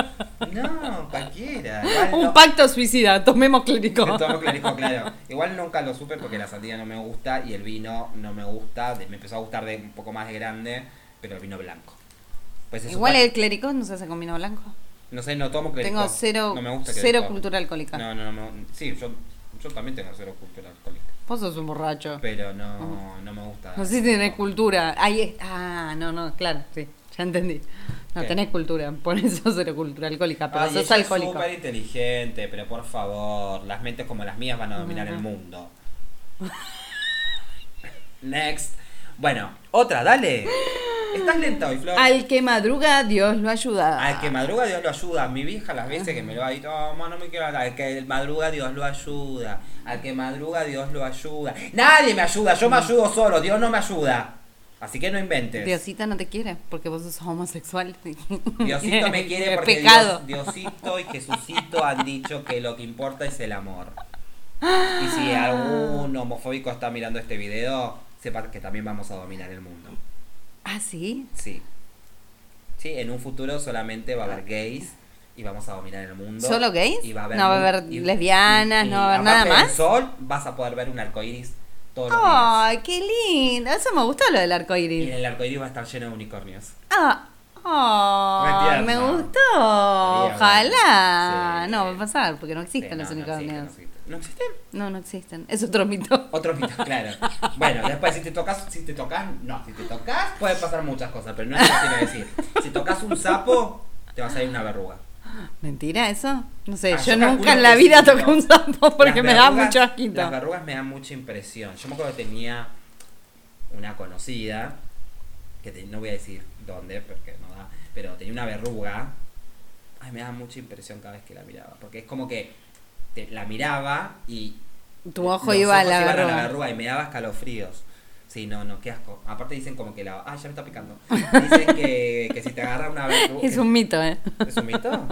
Speaker 4: No, cualquiera. Igual
Speaker 3: Un
Speaker 4: no-
Speaker 3: pacto suicida, tomemos clérigo.
Speaker 4: Yo tomo clérigo, claro. Igual nunca lo supe porque la sandía no me gusta y el vino no me gusta. De- Me empezó a gustar de un poco más de grande, pero el vino blanco. Pues se
Speaker 3: Igual
Speaker 4: supone-
Speaker 3: el clérigo no se hace con vino blanco.
Speaker 4: No sé, no tomo clérigo.
Speaker 3: Tengo cero,
Speaker 4: No me gusta
Speaker 3: cero
Speaker 4: clérigo.
Speaker 3: cultura alcohólica.
Speaker 4: No, no, no. me- Sí, yo, yo también tengo cero cultura alcohólica.
Speaker 3: Vos sos un borracho.
Speaker 4: Pero no, no me gusta.
Speaker 3: No sé si tenés cultura. Ahí es- Ah, no, no, claro, sí, ya entendí. No
Speaker 4: ¿Qué?
Speaker 3: tenés cultura, por eso cero cultura alcohólica, pero
Speaker 4: Ay,
Speaker 3: Ah, sos
Speaker 4: Ah, ella es
Speaker 3: alcohólico.
Speaker 4: súper inteligente, pero por favor, las mentes como las mías van a dominar el
Speaker 3: Ajá.
Speaker 4: mundo. Next. Bueno, otra, dale. Estás lenta hoy, Flor.
Speaker 3: Al que madruga, Dios lo ayuda.
Speaker 4: Al que madruga Dios lo ayuda. Mi vieja las veces que me lo ha dicho, "Oh, mamá, no me quiero hablar. Al que madruga Dios lo ayuda. Al que madruga Dios lo ayuda. Nadie me ayuda, yo me ayudo solo, Dios no me ayuda. Así que no inventes.
Speaker 3: Diosita no te quiere porque vos sos homosexual.
Speaker 4: Diosito me quiere
Speaker 3: Es
Speaker 4: porque
Speaker 3: pecado.
Speaker 4: Dios- Diosito y Jesucito han dicho que lo que importa es el amor. Y si
Speaker 3: Ah.
Speaker 4: algún homofóbico está mirando este video, sepa que también vamos a dominar el mundo.
Speaker 3: Ah, sí.
Speaker 4: Sí. Sí, en un futuro solamente va a haber gays y vamos a dominar el mundo.
Speaker 3: ¿Solo gays?
Speaker 4: Y va a haber
Speaker 3: No va a
Speaker 4: mu-
Speaker 3: haber lesbianas, no va a haber nada
Speaker 4: aparte del
Speaker 3: más.
Speaker 4: sol vas a poder ver un arcoíris todos los días.
Speaker 3: Ay, qué lindo. Eso me gustó lo del arco
Speaker 4: Y en
Speaker 3: iris.
Speaker 4: el arcoíris va a estar lleno de unicornios.
Speaker 3: Ah, ay,
Speaker 4: Re
Speaker 3: me
Speaker 4: tierno.
Speaker 3: gustó.
Speaker 4: bueno.
Speaker 3: Ojalá.
Speaker 4: Sí.
Speaker 3: No va a pasar porque no existen
Speaker 4: Sí,
Speaker 3: los
Speaker 4: no, no
Speaker 3: unicornios.
Speaker 4: existen, no existen. ¿No existen?
Speaker 3: No, no existen. Es otro mito.
Speaker 4: Otro mito, claro. Bueno, después si te tocas, si te tocas, no, si te tocas puede pasar muchas cosas, pero no es lo que quiero decir. Si tocas un sapo, te va a salir una verruga.
Speaker 3: ¿Mentira eso? No sé,
Speaker 4: Ah,
Speaker 3: yo,
Speaker 4: yo
Speaker 3: nunca
Speaker 4: calculo
Speaker 3: en la
Speaker 4: que
Speaker 3: vida
Speaker 4: sí,
Speaker 3: toqué
Speaker 4: no.
Speaker 3: un sapo porque
Speaker 4: Las
Speaker 3: me da
Speaker 4: verrugas-
Speaker 3: mucho asquito.
Speaker 4: Las verrugas me dan mucha impresión. Yo me acuerdo que tenía una conocida, que te- no voy a decir dónde, porque no da, pero tenía una verruga. Ay, me da mucha impresión cada vez que la miraba, porque es como que te- la miraba y
Speaker 3: Tu ojo
Speaker 4: los
Speaker 3: iba a
Speaker 4: ojos
Speaker 3: la
Speaker 4: iban
Speaker 3: verruga.
Speaker 4: y me daba escalofríos. Sí, no, no, qué asco. Aparte dicen como que la... Ah, ya me está picando. Dicen que, que si te agarra una verruga...
Speaker 3: Es un mito, ¿eh?
Speaker 4: ¿Es un mito?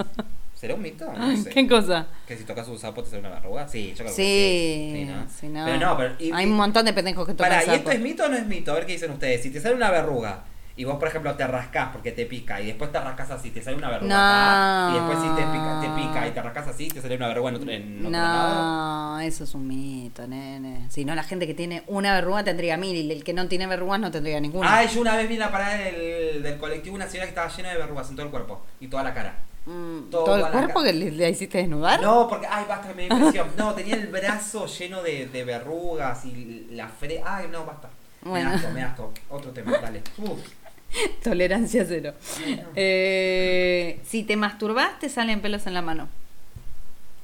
Speaker 4: ¿Será un mito? Ah, No sé.
Speaker 3: ¿Qué cosa?
Speaker 4: ¿Que si tocas un sapo te sale una verruga? Sí, yo creo que
Speaker 3: Sí,
Speaker 4: sí. ¿no?
Speaker 3: sí, no.
Speaker 4: Pero no, pero. y-
Speaker 3: Hay un montón de pendejos que tocan
Speaker 4: Pará, ¿y
Speaker 3: sapo.
Speaker 4: esto es mito o no es mito? A ver qué dicen ustedes. Si te sale una verruga y vos, por ejemplo, te rascás porque te pica y después te rascás así, te sale una verruga acá, y después si te pica, te pica y te rascás así, te sale una verruga en otro, en otro lado.
Speaker 3: No, eso es un mito, nene. Si no, la gente que tiene una verruga tendría mil y el que no tiene verrugas no tendría ninguna.
Speaker 4: Ay, yo una vez vi en la parada del, del colectivo una señora que estaba llena de verrugas en todo el cuerpo y toda la cara.
Speaker 3: Mm,
Speaker 4: todo
Speaker 3: ¿Todo, el
Speaker 4: acá.
Speaker 3: cuerpo que le, le hiciste desnudar?
Speaker 4: No, porque, ay, basta, me dio impresión. No, tenía el brazo lleno de, de verrugas y la fre... Ay, no, basta.
Speaker 3: Bueno.
Speaker 4: Me asco, me asco. Otro tema, dale. Uf.
Speaker 3: Tolerancia cero. Eh, si te masturbas, te salen pelos en la mano.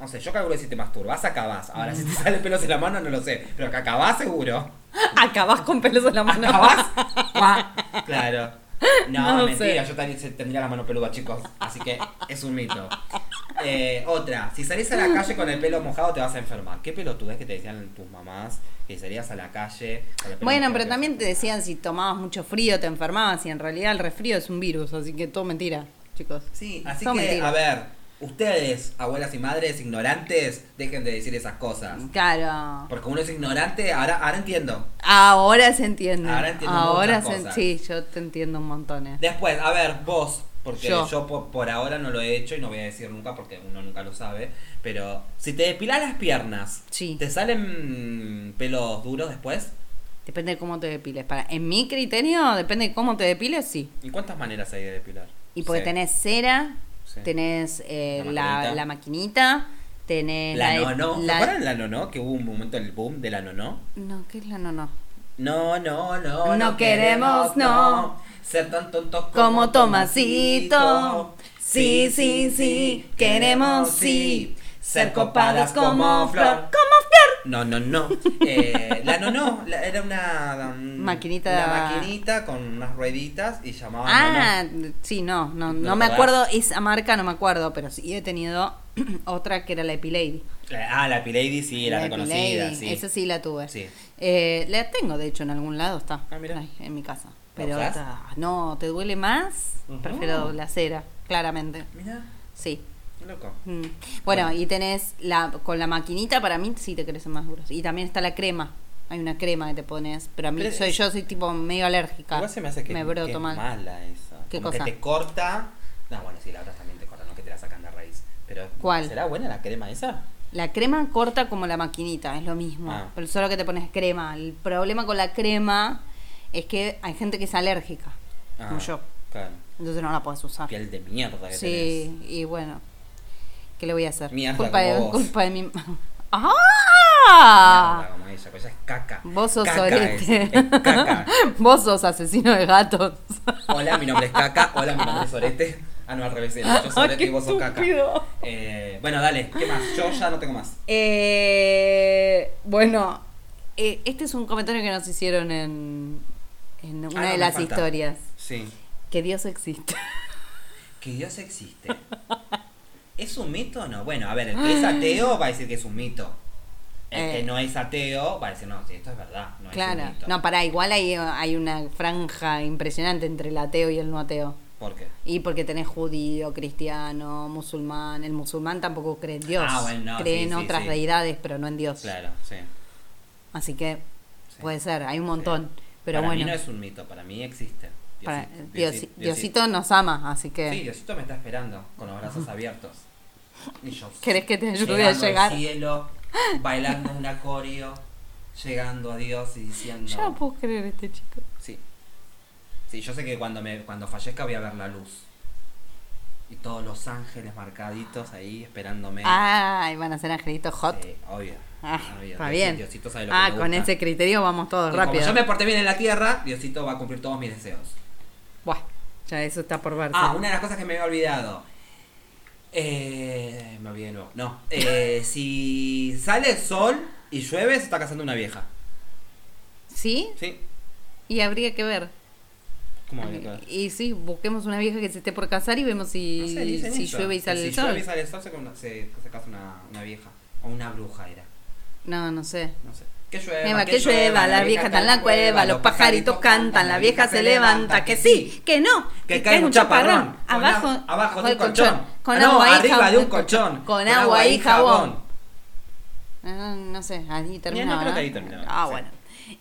Speaker 4: No sé, yo calculo que si te masturbas acabás. Ahora, si te sale pelos en la mano, no lo sé. Pero que acabás seguro.
Speaker 3: Acabás con pelos en la mano.
Speaker 4: ¿Acabás? Guá. claro. No,
Speaker 3: No
Speaker 4: mentira,
Speaker 3: sé.
Speaker 4: yo también se- tendría la mano peluda, chicos. Así que es un mito. Eh, otra, si salís a la calle con el pelo mojado te vas a enfermar. ¿Qué pelotudez que te decían tus mamás que salías a la calle con el pelo
Speaker 3: Bueno,
Speaker 4: mojado
Speaker 3: pero
Speaker 4: te
Speaker 3: también
Speaker 4: vas
Speaker 3: te
Speaker 4: a enfermar?
Speaker 3: decían si tomabas mucho frío te enfermabas y en realidad el resfrío es un virus, así que todo mentira, chicos.
Speaker 4: Sí, así
Speaker 3: Todo
Speaker 4: que,
Speaker 3: mentira.
Speaker 4: a ver, ustedes, abuelas y madres ignorantes, dejen de decir esas cosas.
Speaker 3: Claro.
Speaker 4: Porque uno es ignorante, ahora, ahora entiendo.
Speaker 3: Ahora se entiende.
Speaker 4: Ahora entiendo
Speaker 3: Ahora
Speaker 4: muchas
Speaker 3: se-
Speaker 4: cosas.
Speaker 3: Sí, yo te entiendo un montón. eh.
Speaker 4: Después, a ver, vos, porque yo,
Speaker 3: Yo.
Speaker 4: po- por, ahora no lo he hecho y no voy a decir nunca porque uno nunca lo sabe, pero si te depilas las piernas,
Speaker 3: Sí.
Speaker 4: ¿te salen mm, pelos duros después?
Speaker 3: Depende de cómo te depiles. Para, en mi criterio, depende de cómo te depiles, sí.
Speaker 4: ¿Y cuántas maneras hay de depilar?
Speaker 3: Y porque
Speaker 4: Sí.
Speaker 3: tenés cera,
Speaker 4: Sí.
Speaker 3: tenés eh,
Speaker 4: La
Speaker 3: la,
Speaker 4: maquinita.
Speaker 3: la maquinita, tenés
Speaker 4: La
Speaker 3: de-
Speaker 4: nono. ¿Se
Speaker 3: la-
Speaker 4: acuerdan la nono? Que hubo un momento el boom de la nono.
Speaker 3: No, ¿qué es la no no?
Speaker 4: No, no, no.
Speaker 3: No queremos, no.
Speaker 4: Ser tan tontos
Speaker 3: Como Tomasito. Sí, sí, sí, queremos sí. Ser copadas como flor. Como
Speaker 4: No, no, no. Eh, la no, no. la- era una. um,
Speaker 3: Maquinita.
Speaker 4: Una maquinita con unas rueditas y llamaban.
Speaker 3: Ah,
Speaker 4: no,
Speaker 3: sí, no, no, no,
Speaker 4: No
Speaker 3: me
Speaker 4: podrás.
Speaker 3: acuerdo esa marca, no me acuerdo, pero sí he tenido otra que era la Epilady.
Speaker 4: no. Eh, Ah, la Pilady sí, era
Speaker 3: La
Speaker 4: reconocida.
Speaker 3: Epilady,
Speaker 4: Sí.
Speaker 3: Esa sí la tuve.
Speaker 4: Sí.
Speaker 3: Eh, la tengo, de hecho, en algún lado está.
Speaker 4: Ah, mirá.
Speaker 3: Ay, en mi casa.
Speaker 4: ¿La
Speaker 3: Pero
Speaker 4: usás?
Speaker 3: ta, no, ¿te duele más?
Speaker 4: Ujú.
Speaker 3: Prefiero la cera, claramente.
Speaker 4: Mirá,
Speaker 3: Sí.
Speaker 4: qué loco.
Speaker 3: Mm. Bueno, y tenés la con la maquinita, para mí sí te crecen más duros. Y también está la crema. Hay una crema que te pones, pero a mí
Speaker 4: Pero
Speaker 3: soy
Speaker 4: es-
Speaker 3: yo soy tipo medio alérgica.
Speaker 4: Igual se me hace que,
Speaker 3: me
Speaker 4: que
Speaker 3: broto
Speaker 4: es
Speaker 3: mal.
Speaker 4: mala esa.
Speaker 3: ¿Qué
Speaker 4: Como
Speaker 3: cosa?
Speaker 4: que te corta. No, bueno, sí, la otra también te corta, no que te la sacan de raíz. Pero,
Speaker 3: ¿Cuál?
Speaker 4: ¿Será buena la crema esa?
Speaker 3: La crema corta como la maquinita, es lo mismo,
Speaker 4: Ah.
Speaker 3: pero solo que te pones crema. El problema con la crema es que hay gente que es alérgica, como yo.
Speaker 4: Ah, Claro.
Speaker 3: Entonces no la puedes usar.
Speaker 4: Piel de mierda que
Speaker 3: Sí, y bueno, ¿qué le voy a hacer?
Speaker 4: Mierda
Speaker 3: culpa,
Speaker 4: como
Speaker 3: de,
Speaker 4: vos.
Speaker 3: culpa de mi...
Speaker 4: tenés.
Speaker 3: ¡Ah!
Speaker 4: Mierda, como ella, pero ella es caca.
Speaker 3: Vos sos
Speaker 4: caca
Speaker 3: sorete.
Speaker 4: es, es caca.
Speaker 3: Vos sos asesino de gatos.
Speaker 4: Hola, mi nombre es caca. Hola, mi nombre es sorete. Ah, no, al revés. era Yo sorete
Speaker 3: Qué
Speaker 4: y vos sos caca.
Speaker 3: estúpido.
Speaker 4: Eh, bueno, dale. ¿Qué más? Yo ya no tengo más.
Speaker 3: Eh, bueno, eh, este es un comentario que nos hicieron en, en
Speaker 4: Ah,
Speaker 3: una
Speaker 4: no,
Speaker 3: de
Speaker 4: me
Speaker 3: las
Speaker 4: falta.
Speaker 3: historias.
Speaker 4: Sí.
Speaker 3: Que Dios existe.
Speaker 4: Que Dios existe. ¿Es un mito o no? Bueno, a ver, el que es ateo va a decir que es un mito. El que
Speaker 3: Eh.
Speaker 4: no es ateo va a decir, no, sí, esto es verdad. No es
Speaker 3: claro.
Speaker 4: un mito.
Speaker 3: No, pará, igual hay, hay una franja impresionante entre el ateo y el no ateo.
Speaker 4: ¿Por qué?
Speaker 3: Y porque tenés judío, cristiano, musulmán. El musulmán tampoco cree en Dios.
Speaker 4: Ah, bueno, no,
Speaker 3: cree
Speaker 4: sí,
Speaker 3: en
Speaker 4: sí,
Speaker 3: otras
Speaker 4: sí.
Speaker 3: deidades, pero no en Dios.
Speaker 4: Claro, sí.
Speaker 3: Así que
Speaker 4: Sí.
Speaker 3: puede ser, hay un montón. Pero
Speaker 4: para
Speaker 3: bueno,
Speaker 4: mí no es un mito, para mí existe.
Speaker 3: para-
Speaker 4: Diosi-
Speaker 3: Diosi-
Speaker 4: Diosi-
Speaker 3: Diosito nos ama, así que...
Speaker 4: Sí, Diosito me está esperando con los brazos abiertos. Y yo.
Speaker 3: ¿Querés que te ayude
Speaker 4: llegando
Speaker 3: a llegar?
Speaker 4: Al cielo, bailando un acorio, llegando a Dios y diciendo.
Speaker 3: Yo no puedo creer este chico.
Speaker 4: Sí. Sí, yo sé que cuando me cuando fallezca voy a ver la luz. Y todos los ángeles marcaditos ahí esperándome.
Speaker 3: Ay, van a ser angelitos hot.
Speaker 4: Sí, obvio.
Speaker 3: Ah,
Speaker 4: obvio.
Speaker 3: está
Speaker 4: Dios-
Speaker 3: bien.
Speaker 4: Diosito sabe lo que
Speaker 3: Ah,
Speaker 4: me
Speaker 3: con
Speaker 4: gusta.
Speaker 3: ese criterio vamos
Speaker 4: Y
Speaker 3: todos
Speaker 4: como
Speaker 3: rápido.
Speaker 4: yo me porté bien en la tierra, Diosito va a cumplir todos mis deseos.
Speaker 3: Buah, ya eso está por verse.
Speaker 4: Ah, una de las cosas que me había olvidado. Eh, me olvidé de nuevo. No. Eh, si sale el sol y llueve, se está casando una vieja.
Speaker 3: ¿Sí?
Speaker 4: ¿Sí?
Speaker 3: Y habría que ver.
Speaker 4: ¿Cómo habría que ver?
Speaker 3: Y sí, busquemos una vieja que se esté por casar y vemos
Speaker 4: No
Speaker 3: si,
Speaker 4: sé, dicen
Speaker 3: si
Speaker 4: eso.
Speaker 3: llueve y
Speaker 4: Que
Speaker 3: sale
Speaker 4: si
Speaker 3: el sol.
Speaker 4: llueve y sale el sol, se, se- se casa una, una vieja. O una bruja era.
Speaker 3: No, no sé.
Speaker 4: No sé. Que
Speaker 3: Eva, que llueva, la vieja está en la cueva, los pajaritos cantan, la vieja se levanta, que sí, que no,
Speaker 4: Que cae un chaparrón, con
Speaker 3: abajo,
Speaker 4: a- abajo de
Speaker 3: del
Speaker 4: un colchón,
Speaker 3: con
Speaker 4: Ah, no,
Speaker 3: agua y
Speaker 4: arriba
Speaker 3: jabón.
Speaker 4: de un colchón,
Speaker 3: con agua y jabón. Ah, no sé, ahí terminaba.
Speaker 4: creo que ahí terminaba,
Speaker 3: Ah,
Speaker 4: sí.
Speaker 3: bueno.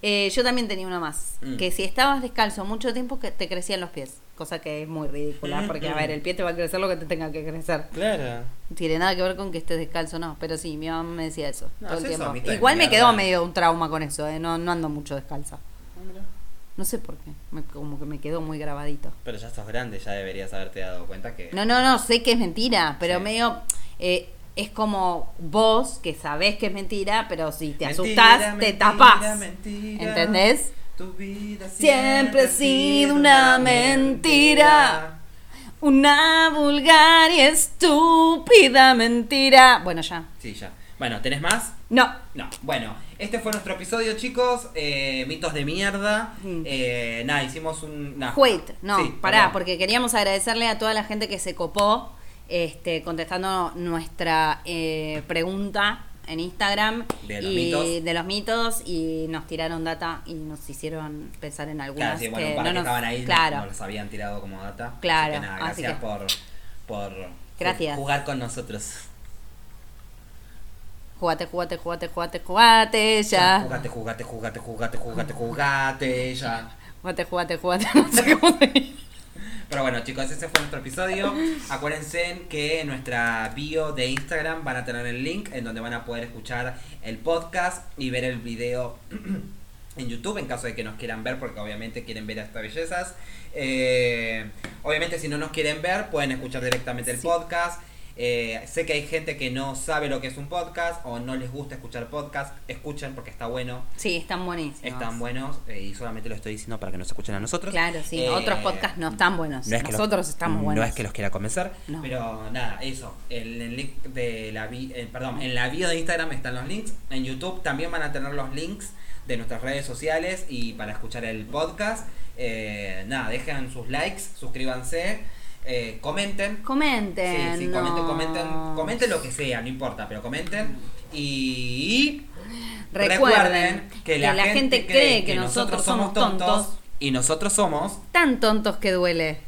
Speaker 3: Eh, yo también tenía una más,
Speaker 4: Mm.
Speaker 3: que si estabas descalzo mucho tiempo que te crecían los pies, cosa que es muy ridícula, porque a ver, el pie te va a crecer lo que te tenga que crecer.
Speaker 2: Claro.
Speaker 3: No tiene nada que ver con que estés descalzo, no, pero sí, mi mamá me decía eso
Speaker 4: No,
Speaker 3: todo el
Speaker 4: es eso,
Speaker 3: tiempo.
Speaker 4: mitad de
Speaker 3: Igual me
Speaker 4: mierda.
Speaker 3: quedó medio un trauma con eso, eh, no, no ando mucho descalza. No sé por qué, me- como que me quedó muy grabadito.
Speaker 2: Pero ya sos grande, ya deberías haberte dado cuenta que.
Speaker 3: No, no, no, sé que es mentira, pero
Speaker 2: Sí.
Speaker 3: medio eh, es como vos que sabés que es mentira, pero si te
Speaker 4: Mentira,
Speaker 3: asustás, te
Speaker 4: mentira,
Speaker 3: tapás.
Speaker 4: mentira.
Speaker 3: ¿Entendés?
Speaker 4: Tu vida
Speaker 3: Siempre ha sido una mentira. Una vulgar y estúpida mentira. Bueno, ya.
Speaker 4: Sí, ya. Bueno, ¿tenés más?
Speaker 3: No.
Speaker 4: No, bueno, este fue nuestro episodio, chicos. eh, mitos de mierda.
Speaker 3: Mm.
Speaker 4: Eh, nada, hicimos un. nah.
Speaker 3: Wait, no,
Speaker 4: Ah, Sí,
Speaker 3: pará,
Speaker 4: perdón.
Speaker 3: porque queríamos agradecerle a toda la gente que se copó este, contestando nuestra eh, pregunta en Instagram
Speaker 4: De los
Speaker 3: y
Speaker 4: mitos.
Speaker 3: de los mitos y nos tiraron data y nos hicieron pensar en algunas
Speaker 4: Claro, sí, bueno,
Speaker 3: que
Speaker 4: para
Speaker 3: no
Speaker 4: que
Speaker 3: nos-
Speaker 4: estaban ahí,
Speaker 3: claro.
Speaker 4: no los habían tirado como data. Así
Speaker 3: Claro,
Speaker 4: que nada,
Speaker 3: así
Speaker 4: gracias
Speaker 3: que-
Speaker 4: por. por
Speaker 3: Gracias.
Speaker 4: ju- Jugar con nosotros.
Speaker 3: Jugate, jugate, jugate, jugate, jugate ya.
Speaker 4: Jugate, jugate, jugate, jugate, jugate, jugate, ya.
Speaker 3: Jugate, jugate, jugate. No sé cómo se dice.
Speaker 4: Pero bueno, chicos, ese fue nuestro episodio. Acuérdense que en nuestra bio de Instagram van a tener el link en donde van a poder escuchar el podcast y ver el video en YouTube en caso de que nos quieran ver, porque obviamente quieren ver estas bellezas. Eh, obviamente, si no nos quieren ver, pueden escuchar directamente el
Speaker 3: Sí.
Speaker 4: podcast. Eh, sé que hay gente que no sabe lo que es un podcast o no les gusta escuchar podcast. Escuchen porque está bueno.
Speaker 3: Sí, están buenísimos.
Speaker 4: Están buenos eh, y solamente lo estoy diciendo para que nos escuchen a nosotros.
Speaker 3: Claro, sí.
Speaker 4: Eh,
Speaker 3: Otros podcasts no están buenos.
Speaker 4: no es que los- Mm,
Speaker 3: Nosotros estamos buenos.
Speaker 4: No es que los quiera convencer,
Speaker 3: No.
Speaker 4: pero nada, eso. El, el link de la vi- eh, perdón, en la bio de Instagram están los links. En YouTube también van a tener los links de nuestras redes sociales y para escuchar el podcast. Eh, nada, dejen sus likes, suscríbanse, eh, comenten.
Speaker 3: Comenten.
Speaker 4: Sí, sí, comenten,
Speaker 3: no.
Speaker 4: comenten, comenten lo que sea, no importa, pero comenten. Y
Speaker 3: Recuerden que la gente cree que nosotros somos tontos.
Speaker 4: y nosotros somos
Speaker 3: Tan tontos que duele.